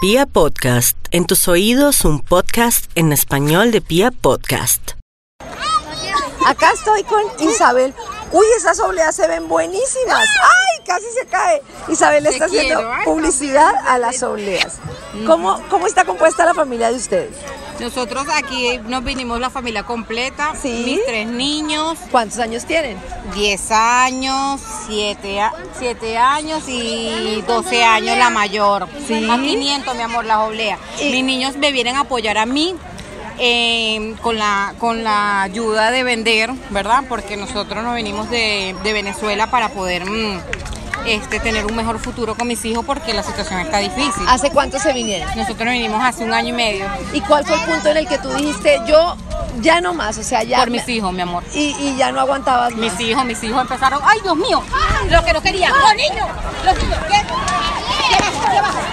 Pia Podcast, en tus oídos un podcast en español de Pia Podcast. Acá estoy con Isabel. Uy, esas obleas se ven buenísimas. ¡Ay! Casi se cae. Isabel le Te está haciendo quiero, ay, publicidad a las obleas. ¿Cómo, ¿Cómo está compuesta la familia de ustedes? Nosotros aquí nos vinimos la familia completa, Sí. mis tres niños, ¿Cuántos años tienen? 10 años, 7, años y 12 años la mayor. Sí. A 500, mi amor, las obleas. Y- Mis niños me vienen a apoyar a mí. eh, con la con la ayuda de vender, ¿verdad? Porque nosotros nos venimos de, de Venezuela para poder mm, este tener un mejor futuro con mis hijos porque la situación está difícil. ¿Hace cuánto se vinieron? Nosotros nos vinimos hace un año y medio ¿Y cuál fue el punto en el que tú dijiste, yo ya no más? O sea, ya. por me- mis hijos, mi amor. Y, y ya no aguantabas más. Mis hijos, mis hijos empezaron, ay Dios mío, lo que no querían, los niños, los niños, ¿qué? ¿Qué vas? ¿Qué vas?